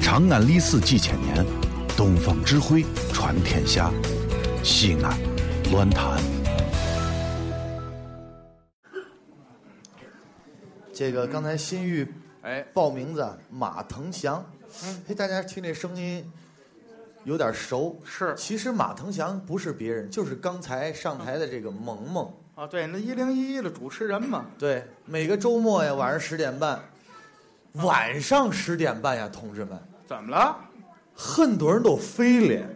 长安历史几千年，东方智慧传天下。西安，乱谈。这个刚才新玉哎报名字啊马腾祥，哎，大家听这声音有点熟。是其实马腾祥不是别人，就是刚才上台的这个萌萌。啊，对，那一零一一的主持人嘛，对，每个周末呀，晚上十点半，晚上十点半呀，同志们，怎么了？很多人都废了，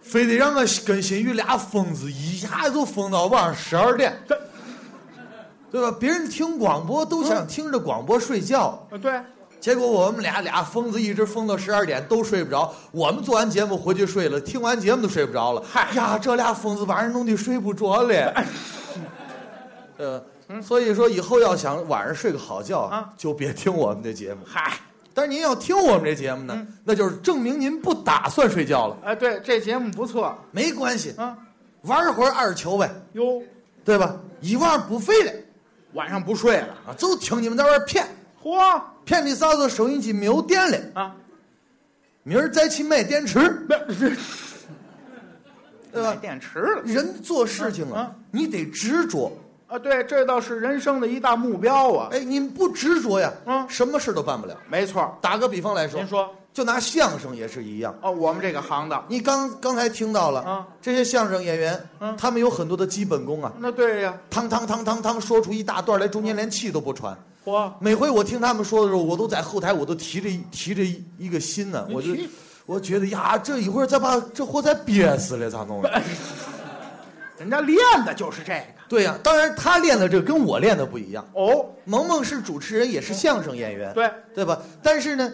非得让我跟新宇俩疯子一下就疯到晚上十二点，对吧？别人听广播都想听着广播睡觉，啊，对，结果我们俩俩疯子一直疯到十二点都睡不着。我们做完节目回去睡了，听完节目都睡不着了。哎嗨哎呀，这俩疯子把人弄得睡不着了。 呃，所以说以后要想晚上睡个好觉啊就别听我们的节目。嗨，但是您要听我们这节目呢，嗯那就是证明您不打算睡觉了。哎，对，这节目不错没关系，啊，玩会儿二球呗，哟，对吧？一晚上不费的晚上不睡了，啊，就听你们在外骗，嚯骗你嫂子收音机没有电了，啊，明儿再去买电池，那对买吧？电池了人做事情啊啊啊，你得执着。啊，对，这倒是人生的一大目标啊，哎，你不执着呀，嗯什么事都办不了。没错儿，打个比方来说，您说就拿相声也是一样。哦，我们这个行当，你刚刚才听到了，啊这些相声演员，嗯他们有很多的基本功啊，那对呀，汤汤汤汤汤说出一大段来，中间连气都不喘。嚯，每回我听他们说的时候，我都在后台，我都提着一提着一一个心呢、你我就提我觉得呀，这一会儿再把这货再憋死了咋弄？ 人家练的就是这个对呀、当然他练的这个跟我练的不一样。哦，萌萌是主持人，也是相声演员，对对吧？但是呢，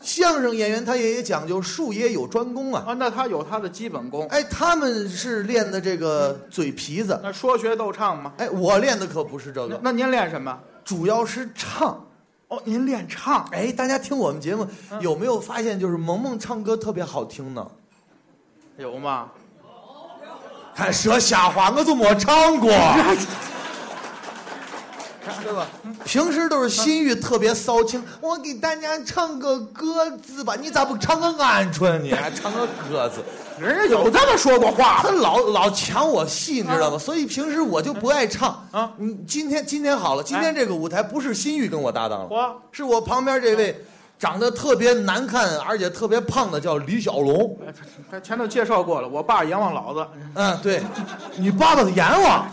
相声演员他也讲究术业有专攻啊。啊，那他有他的基本功，哎，他们是练的这个嘴皮子，那说学逗唱嘛，哎，我练的可不是这嗯那个，那您练什么？主要是唱。哦，您练唱，哎，大家听我们节目嗯有没有发现，就是萌萌唱歌特别好听呢？有吗？看蛇瞎话，我就没唱 过，对吧？平时都是心玉特别骚情，我给大家唱个歌子吧，你咋不唱个鹌鹑呢？还唱个歌子，人家有这么说过话他吗？老老抢我戏，你知道吗？所以平时我就不爱唱啊你今天今天好了，今天这个舞台不是新玉跟我搭档了，我是我旁边这位长得特别难看而且特别胖的叫李小龙。哎他前头介绍过了，我爸是阎王老子，嗯，对，你爸爸的阎王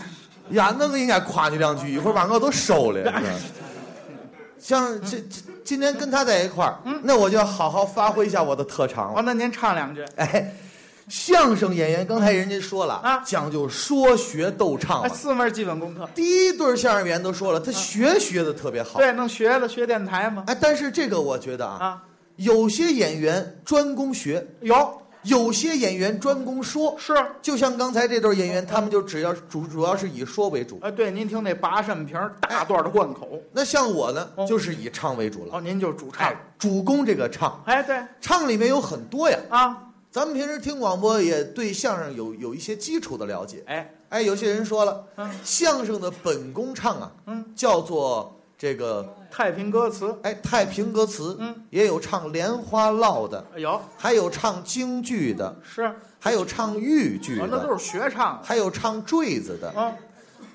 呀，那个应该夸你两句，一会儿把我都收了。是吧像这这今天跟他在一块儿，嗯那我就要好好发挥一下我的特长哦，了。那您唱两句，哎，相声演员刚才人家说了啊讲究说学逗唱哎，嘛。四门基本功课，第一对相声演员都说了，他学学的特别好。对，能学了学电台吗？哎，但是这个我觉得啊，啊，有些演员专攻学，有有些演员专攻说。是，就像刚才这对演员，他们就只要主主要是以说为主。哎，对，您听那拔扇瓶儿大段的贯口，那像我呢，哦就是以唱为主了。哦，您就是主唱哎，，主攻这个唱，哎，对唱里面有很多呀。啊，咱们平时听广播也对相声有有一些基础的了解。哎，哎，有些人说了，嗯相声的本功唱啊，嗯，叫做这个太平歌词，哎太平歌词，嗯，也有唱莲花落的，哎有还有唱京剧的，是，哦，还有唱豫剧那的，都是学唱还有唱坠子的。啊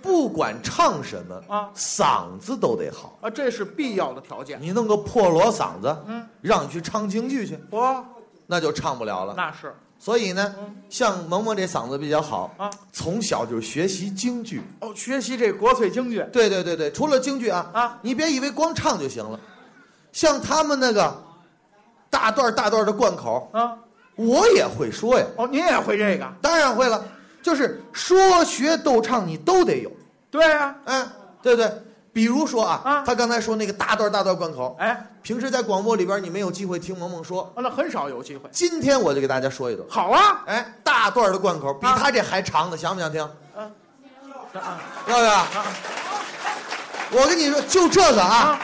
不管唱什么，啊嗓子都得好。啊，这是必要的条件，你弄个破锣嗓子，嗯，让你去唱京剧去，我那就唱不了了。哦那是所以呢嗯，像萌萌这嗓子比较好，啊，从小就学习京剧。哦，学习这国粹京剧对对对对，除了京剧啊，啊，你别以为光唱就行了，像他们那个大段大段的贯口，啊，我也会说呀，哦，您也会这个，当然会了，就是说学逗唱你都得有，对啊呀，哎，对不对？比如说啊，啊他刚才说那个大段大段贯口，哎，平时在广播里边你没有机会听萌萌说，哦那很少有机会，今天我就给大家说一段，好啊，哎，大段的贯口比啊他这还长的，想不想听？嗯那啊要不要？我跟你说，就这个啊，啊，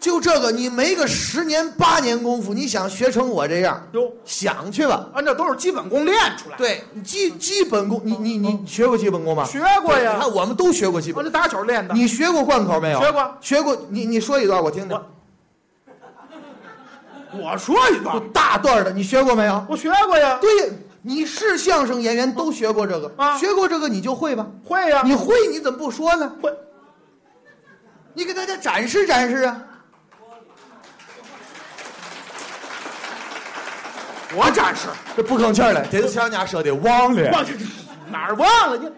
就这个，你没个十年八年功夫，你想学成我这样，哟。想去吧。啊，那都是基本功练出来的。对，你基基本功，你你你学过基本功吗？嗯学过呀你看，我们都学过基我本。这打小练的。你学过贯口没有？学过学过。你你说一段我听听我。我说一就段，大段的，你学过没有？我学过呀，对，你是相声演员，都学过这个，啊学过这个你就会吧？会呀，你会你怎么不说呢？会，你给大家展示展示啊！我展示，这不吭气儿了，这腔家说的忘我。去哪儿忘了你？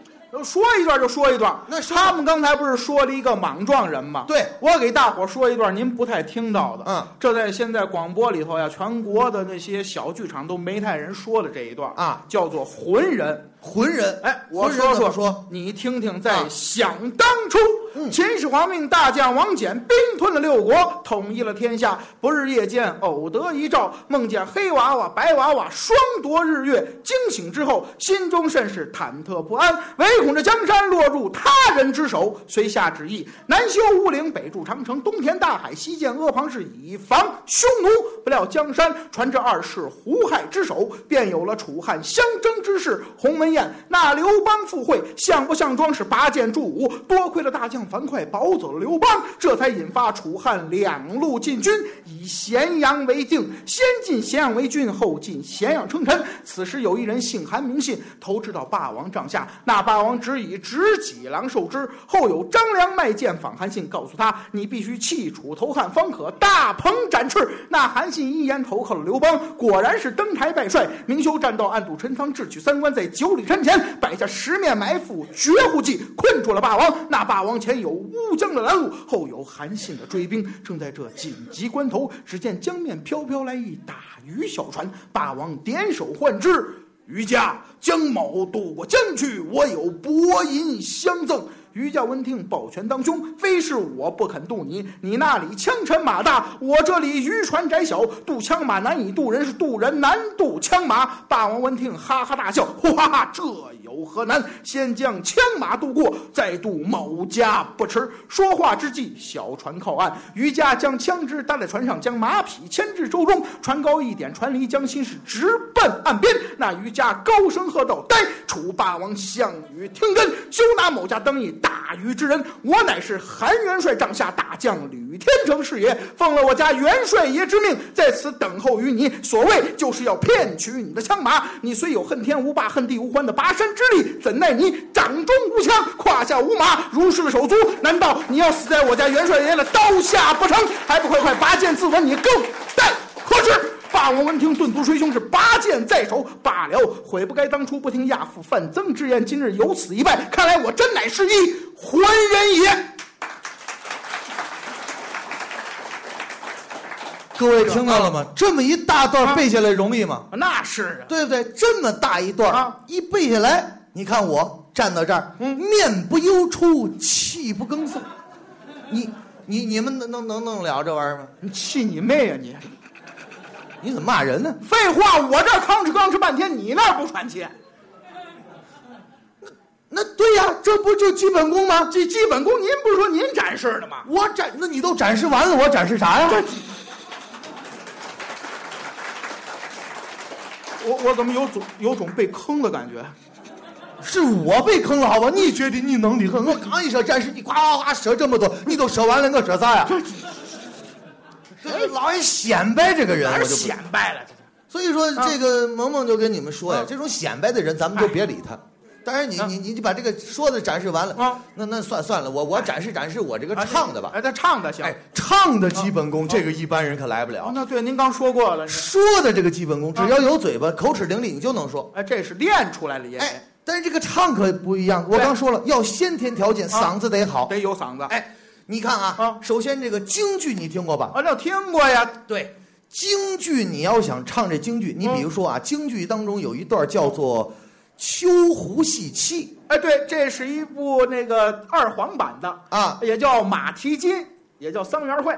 说一段就说一段。那说他们刚才不是说了一个莽撞人吗？对我给大伙儿说一段您不太听到的。嗯，这在现在广播里头呀，全国的那些小剧场都没太人说了这一段啊，叫做浑人。浑人，哎，我浑人说怎么说，说，你听听，在啊想当初，嗯秦始皇命大将王翦兵吞了六国，统一了天下。不日夜间，偶得一兆，梦见黑娃娃、白娃娃双夺日月，惊醒之后，心中甚是忐忑不安，唯恐这江山落入他人之手。遂下旨意：南修乌陵，北筑长城，东填大海，西建阿房市，以防匈奴。不料江山传至二世胡亥之手，便有了楚汉相争之势。鸿门宴，那刘邦赴会，像不像装是拔剑助舞？多亏了大将樊哙保走了刘邦，这才引发楚汉两路进军，以咸阳为定，先进咸阳为郡，后进咸阳称臣。此时有一人姓韩名信，投掷到霸王帐下，那霸王只以执戟郎受之。后有张良卖剑访韩信，告诉他你必须弃楚投汉，方可大鹏展翅。那韩信一言投靠了刘邦，果然是登台拜帅，明修栈道，暗度陈仓，智取三关，在九里山前摆下十面埋伏绝户计，困住了霸王。那霸王前有乌江的拦路，后有韩信的追兵。正在这紧急关头，只见江面飘飘来一大鱼小船，霸王点手唤之。渔家，江某渡过江去，我有薄银相赠。于家闻听，抱拳当胸，非是我不肯渡你，你那里枪沉马大，我这里渔船窄小，渡枪马难以渡人，是渡人难渡枪马。霸王闻听，哈哈大笑，哈哈，这有何难？先将枪马渡过，再渡某家不迟。说话之际，小船靠岸，于家将枪支搭在船上，将马匹牵至舟中，船高一点，船离江心是直奔岸边。那于家高声喝道：“呆！”楚霸王项羽听真，休拿某家当一大禹之人，我乃是韩元帅帐下大将吕天成是也，奉了我家元帅爷之命，在此等候于你。所谓就是要骗取你的枪马。你虽有恨天无霸、恨地无欢的拔山之力，怎奈你掌中无枪，胯下无马，如是的手足，难道你要死在我家元帅爷的刀下不成？还不快快拔剑自刎，你更待何时？霸王闻听，顿足捶胸，是拔剑在手。罢了，悔不该当初不听亚父范增之言，今日有此一败。看来我真乃是一浑人也。各位听到了吗？这么一大段啊背下来容易吗？那是啊，对不对？这么大一段啊嗯一背下来，你看我站到这儿，面不忧出，气不更丧。你你你们能能能弄了这玩意儿吗？你气你妹啊你！你怎么骂人呢？废话，我这儿吭哧吭哧半天，你那儿不喘气？那对呀，这不就基本功吗？这基本功您不是说您展示的吗？我展，那你都展示完了，我展示啥呀？我我怎么有种有种被坑的感觉？是我被坑了，好吧？你觉得你能力很，我刚一说战士，你夸夸夸说这么多，你都说完了，我说啥呀？这老爱显摆这个人，哪我儿就不显摆了？这是所以说，这个萌萌就跟你们说呀啊，这种显摆的人，咱们就别理他。当然，你啊你你你把这个说的展示完了，啊那那算算了，我我展示展示我这个唱的吧。哎，他唱的行。哎，啊唱的基本功，这个一般人可来不哦了。，那对，您刚说过了。是说的这个基本功，只要有嘴巴、口齿伶俐，你就能说。哎，这是练出来的，也哎得，但是这个唱可不一样，我对刚说了，要先天条件，啊嗓子得好。得有嗓子。哎，你看啊啊，首先这个京剧你听过吧？啊，那听过呀。对，京剧你要想唱这京剧，你比如说嗯啊，京剧当中有一段叫做《秋胡戏妻哎，对，这是一部那个二黄版的，》啊，也叫马蹄金，也叫桑园会。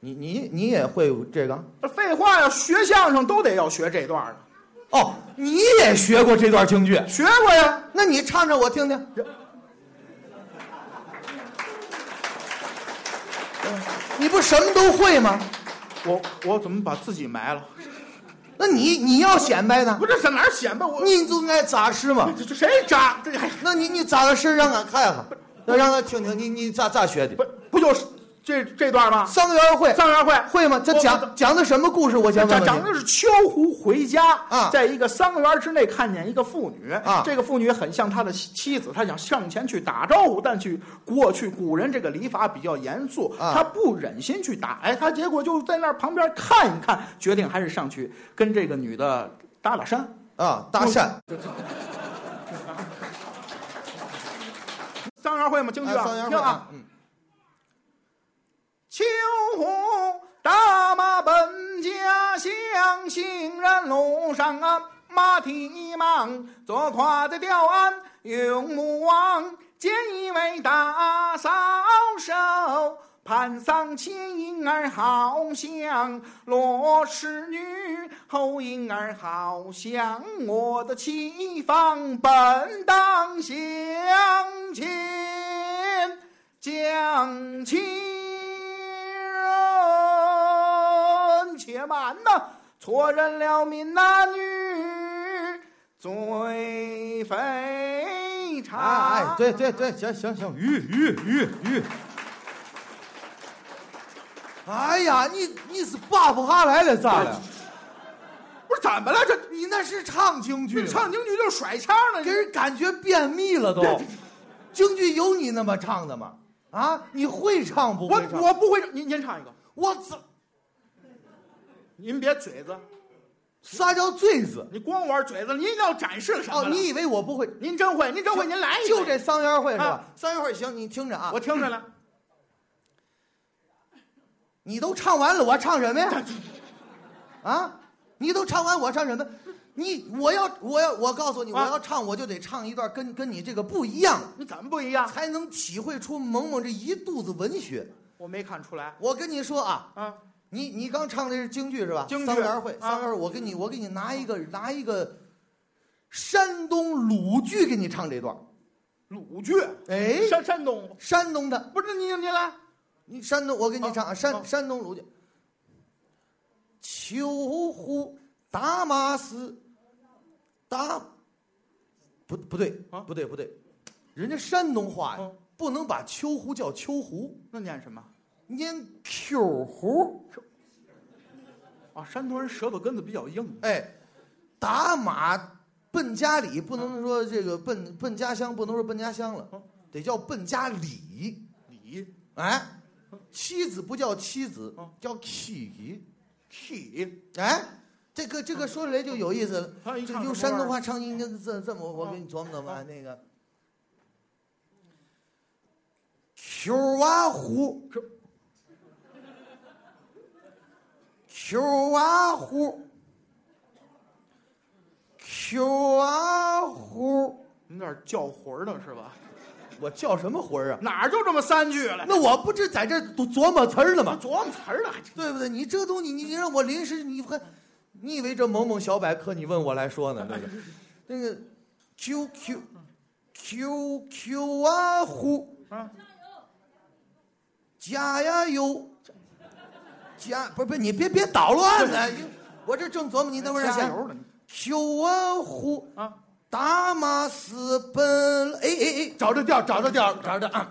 你你你也会这个？废话呀，学相声都得要学这段儿的，哦，你也学过这段京剧？学过呀。那你唱唱我听听。嗯你不什么都会吗？我我怎么把自己埋了？那你你要显摆呢不，是在哪儿显摆我？你就该扎实嘛。啊这这谁扎？这还那你你扎个实让俺看看，要让俺听听你你咋咋学的不？不就是这这段吧，桑园会上元会会吗？他我讲讲的什么故事？我先问讲讲问你。的是秋胡回家啊在一个桑园之内看见一个妇女啊这个妇女很像他的妻子，他想上前去打招呼，但去过去古人这个礼法比较严肃，啊他不忍心去打，哎，他结果就在那儿旁边看一看，决定还是上去跟这个女的搭搭讪。啊，搭讪，桑园会吗？京剧啊啊，桑园会听啊。啊，嗯，秋胡大马奔家乡，行人路上啊，马蹄忙，左跨着吊鞍永不忘，见一位大扫帚。盘桑前迎儿好像罗氏女，后迎儿好像我的妻房本当乡亲。将其人，且慢呐，错认了闽南女，最非常。哎，哎，对对对，行行行，鱼鱼鱼鱼。哎呀，你你是扒不下来了咋了？不是怎么了？这你那是唱京剧这吗，唱京剧就甩腔了，给嗯你人感觉便秘了都。 京剧有你那么唱的吗？啊，你会唱不我会唱？我不会唱，您您唱一个，我操，您别嘴子，啥叫醉字？你光玩嘴子，您要展示什么哦，了？你以为我不会？您真会，您真会，您来一个就这桑园会是吧啊？桑园会行，你听着啊我，听着了。你都唱完了，我唱什么呀？啊，你都唱完，我唱什么？你我要我要我告诉你，我啊要唱我就得唱一段跟跟你这个不一样，你怎么不一样？才能体会出萌萌这一肚子文学。我没看出来我跟你说啊，啊！你你刚唱的是京剧是吧？京剧桑园会，啊桑园会，我给你我给你拿一个拿一个山东鲁剧给你唱这段儿，鲁剧，哎，山山东山东的，不是你你来，你山东我给你唱啊，啊山啊山东鲁剧，秋胡打马丝，打，不不对啊，不对不对，人家山东话呀嗯，不能把秋胡叫秋胡，那念什么？念 Q 胡，啊，山东人舌头根子比较硬。哎，打马奔家里，不能说这个奔奔家乡，不能说奔家乡了嗯，得叫奔家里。李哎，妻子不叫妻子嗯，叫妻。替哎，这个这个说起来就有意思了，他一这唱用什山么东玩话唱应该这这么，我啊给你琢磨琢磨啊啊那个。秋娃胡秋，秋娃胡，秋娃胡，你有点叫魂儿呢是吧？我叫什么魂儿啊？哪儿就这么三句了？那我不是在这儿琢磨词儿呢吗？琢磨词儿呢，还真对不对？你这东西，你你让我临时，你还，你以为这某某小百科你问我来说呢？那 个，那个，Q Q Q Q 啊呼，啊，加呀油，加不是不是，你别别捣乱呢！ 我这正琢磨，你等会儿加先油了你 Q 啊呼，啊！打马私奔，哎哎哎，找着调，找着调，找着啊。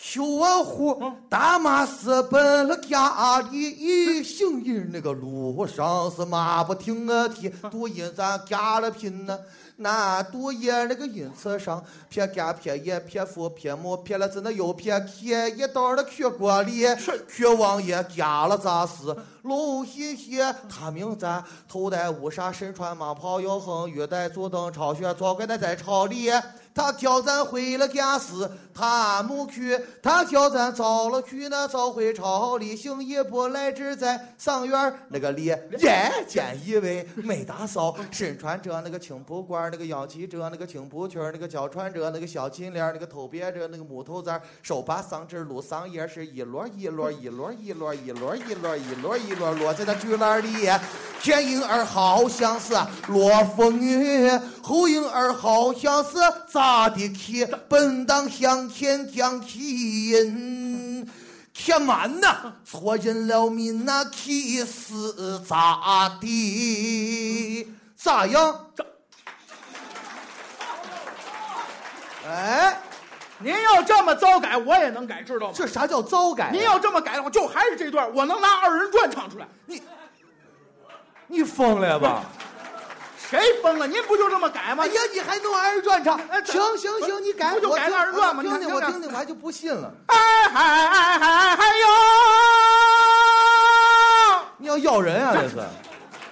秋啊湖，大马私奔了家里，一行人那个路上是马不停啊蹄，多因咱家了拼呢。那多也那个因此上，撇干撇叶撇夫撇母撇了真的又撇撇，一到了缺锅里，缺王爷家了咋死？龙嘻嘻，他名咱头戴乌纱，身穿马袍，腰横玉带，足蹬朝靴，左拐的在朝里。他叫咱回了家时，他没去；他叫咱早了去，那早回朝里。行一步来只在上院儿那个里，眼见一位美大嫂，身穿着那个青布褂儿，那个腰系着那个青布裙儿，那个脚穿着那个小金链儿，那个头别着那个木头簪儿，手把桑枝撸桑叶儿，是一摞一摞一摞一摞一摞一摞一摞一摞摞在那菊篮儿里。前影儿好像是罗风雨，后影儿好像是咋的去？本当向前将去引，天满呐，错认了民那去是咋的？咋样？哎，您要这么糟改，我也能改，知道吗？这啥叫糟改啊？您要这么改的话，就还是这段，我能拿二人转唱出来。你，你疯了吧？谁疯了？您不就这么改吗？哎呀，你还弄二人转唱？哎行行不行，你改不就我改听了二人转吗我你听看听，听我着听听，我还就不信了。哎嗨哎嗨嗨哟！你要要人 啊，这是，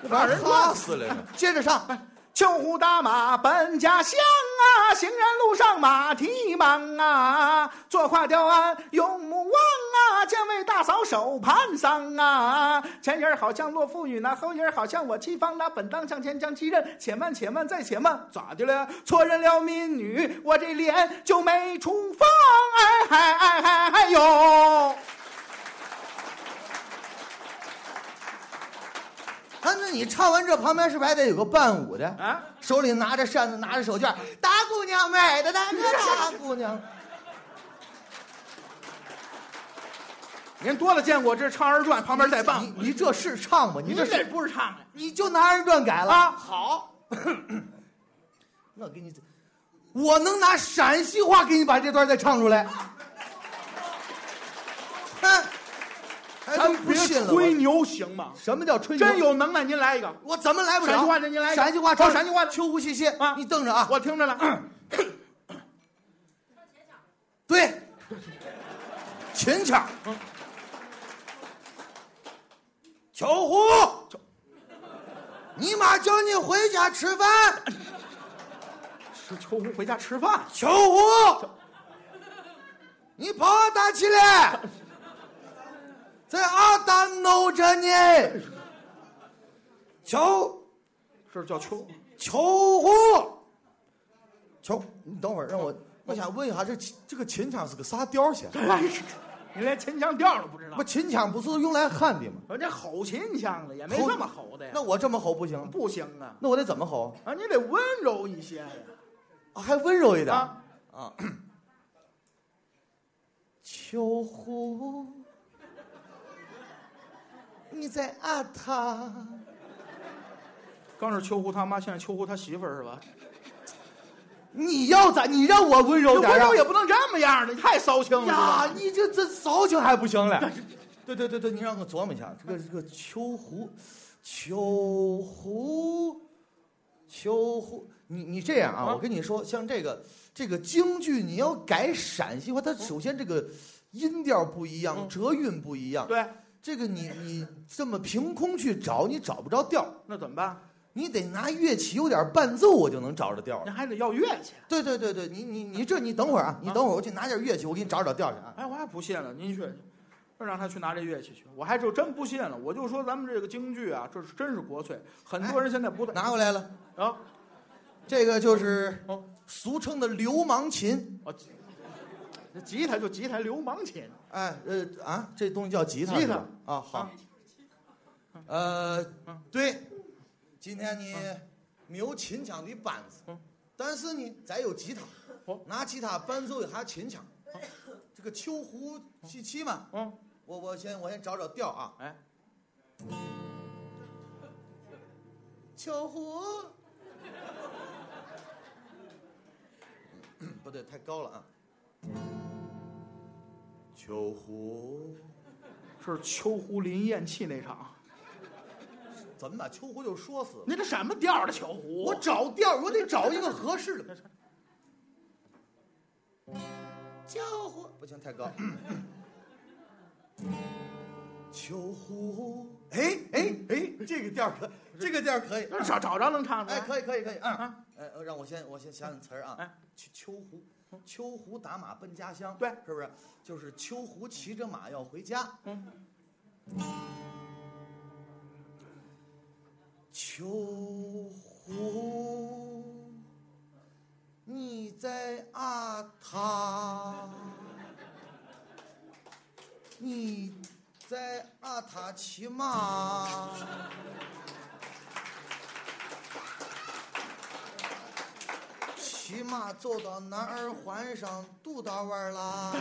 这把人人抓死了呢。接着上，秋胡打马奔家乡啊，行人路上马蹄忙啊，坐跨雕鞍勇目望啊，见位大嫂手盘桑啊，前人好像洛妇女呐，后人好像我妻方呐，本当向前将其任，且慢且慢再且慢，咋的了？错认了民女，我这脸就没处放，哎嗨哎嗨嗨哟！啊，那你唱完这，旁边是不是还得有个伴舞的？啊，手里拿着扇子，拿着手绢，大姑娘买的那个大姑娘。您多了见过这唱二转，旁边带棒，你你这是唱吗？你这是，不是唱的你就拿二人转改了？啊？好。那给你，我能拿陕西话给你把这段再唱出来。哎，哎，咱都不别信了。吹我牛行吗？什么叫吹牛？真有能耐，您来一个，啊我怎么来不了？陕西话这您来一个陕西话，说陕西话的秋胡细歇啊你瞪着啊！我听着了。对，秦腔儿，秋胡，你妈叫你回家吃饭，是秋胡回家吃饭，秋胡，你跑啊俺打起来，在俺打弄着你，秋这叫秋。 秋胡，秋，你等会儿让我，我想问一下，这秦这个秦腔是个啥调儿先？哎你连秦腔调都不知道不，，秦腔不是用来喊的吗？人家吼秦腔的也没吼这么吼的呀那，我这么吼不行，不行啊那我得怎么吼？啊！你得温柔一些呀啊还温柔一点。啊！秋胡，你在啊他，刚是秋胡他妈，现在秋胡他媳妇儿是吧？你要咋？你让我温柔这点温啊柔！也不能这么样的，你太骚情了。呀，你你这这骚情还不行啊 嘞？对对对对，你让我琢磨一下，这个这个秋胡，秋胡，秋胡，你你这样啊，啊我跟你说，像这个这个京剧，你要改陕西话，它首先这个音调不一样，嗯折韵不一样，对，这个你你这么凭空去找，你找不着调儿，那怎么办？你得拿乐器有点伴奏，我就能找着调儿了。您还得要乐器。对对对对，你你你这你等会儿啊，你等会儿我去拿点乐器，我给你找找调儿去啊。哎，我还不信了，您去，这让他去拿这乐器去，我还就真不信了。我就说咱们这个京剧啊，这是真是国粹，很多人现在不在拿过来了。啊，这个就是哦俗称的流氓琴，我这哦吉他就吉他流氓琴，哎，呃啊，这东西叫吉他吉他是吧啊，好啊，呃嗯，对，今天你没有秦腔的板子嗯，但是呢，咱有吉他哦，拿吉他伴奏一下秦腔，这个秋胡戏曲嘛，嗯，我我先我先找找调啊，哎，秋胡，嗯不对，太高了啊，秋胡。是秋胡林咽气那场，怎么把秋胡就说死了？那这什么调儿的啊秋胡？我找调儿，我得找一个合适的。叫呼不行，太高。 秋胡，哎哎哎，这个调儿可，这个调儿可以。那找找着能唱出来？哎，可以可以可以，嗯啊，哎，呃让我先我先想想词儿啊哎，秋秋胡，秋胡打马奔家乡，嗯对是不是？就是秋胡骑着马要回家，嗯，秋胡，你在啊他，你在啊他骑马。骑马走到南二环上，堵到弯儿啦！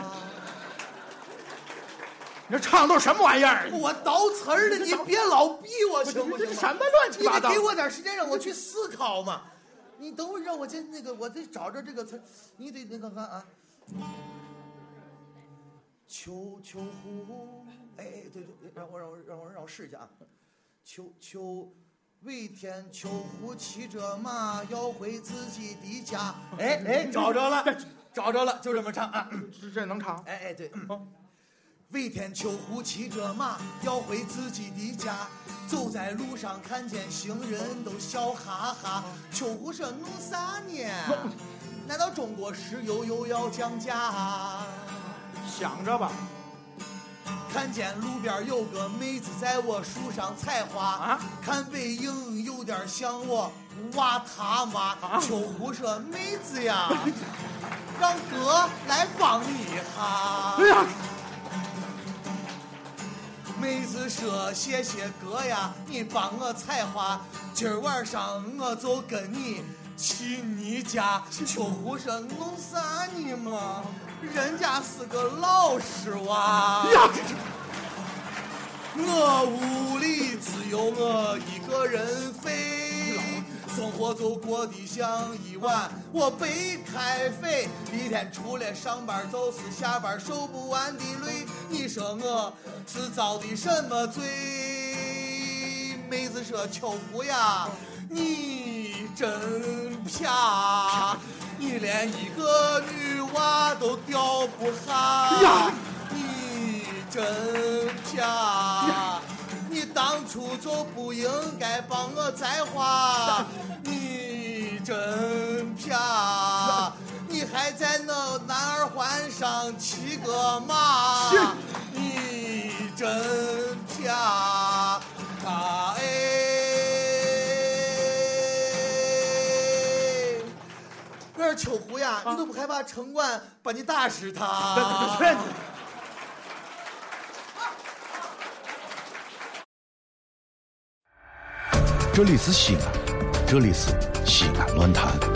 你这唱都是什么玩意儿？我倒词儿了，你别老逼我行不这行这吗？什么乱七你八得糟给？我点时间让我去思考嘛。你等会儿让我先那个，我得找着这个词儿，你得那个看啊，秋秋胡，哎，对对，让我让我让我让我试一下啊。秋秋，为天秋胡骑着马，要回自己的家。哎哎，找着了，找着了，就这么唱啊。这这能唱？哎哎，对，魏天秋胡骑着马，要回自己的家。走在路上看见行人都笑哈哈。秋胡说：“弄啥呢？难道中国石油又要降价？”想着吧，看见路边有个妹子在我树上采花，啊看背影有点像我娃他妈。秋胡说：“妹子呀，让哥来帮你一下。”哎呀，妹子说：“谢谢哥呀，你帮我采花，今儿晚上我就跟你去你家。”秋胡说：“弄啥你嘛？人家是个老实娃。”哎 呀，我屋里只有我一个人飞，生活就过得像一碗我白开水，一天除了上班就是下班，受不完的累。你说我是遭的什么罪？妹子说秋胡呀，你真啪，你连一个女娃都吊不下。呀你真假，你当初就不应该帮我栽花，你真假，你还在那南二环上骑个马是，你真假，啊哎。我说秋胡呀，你都不害怕城管把你打死他？这这里是西安，这里是西安乱坛。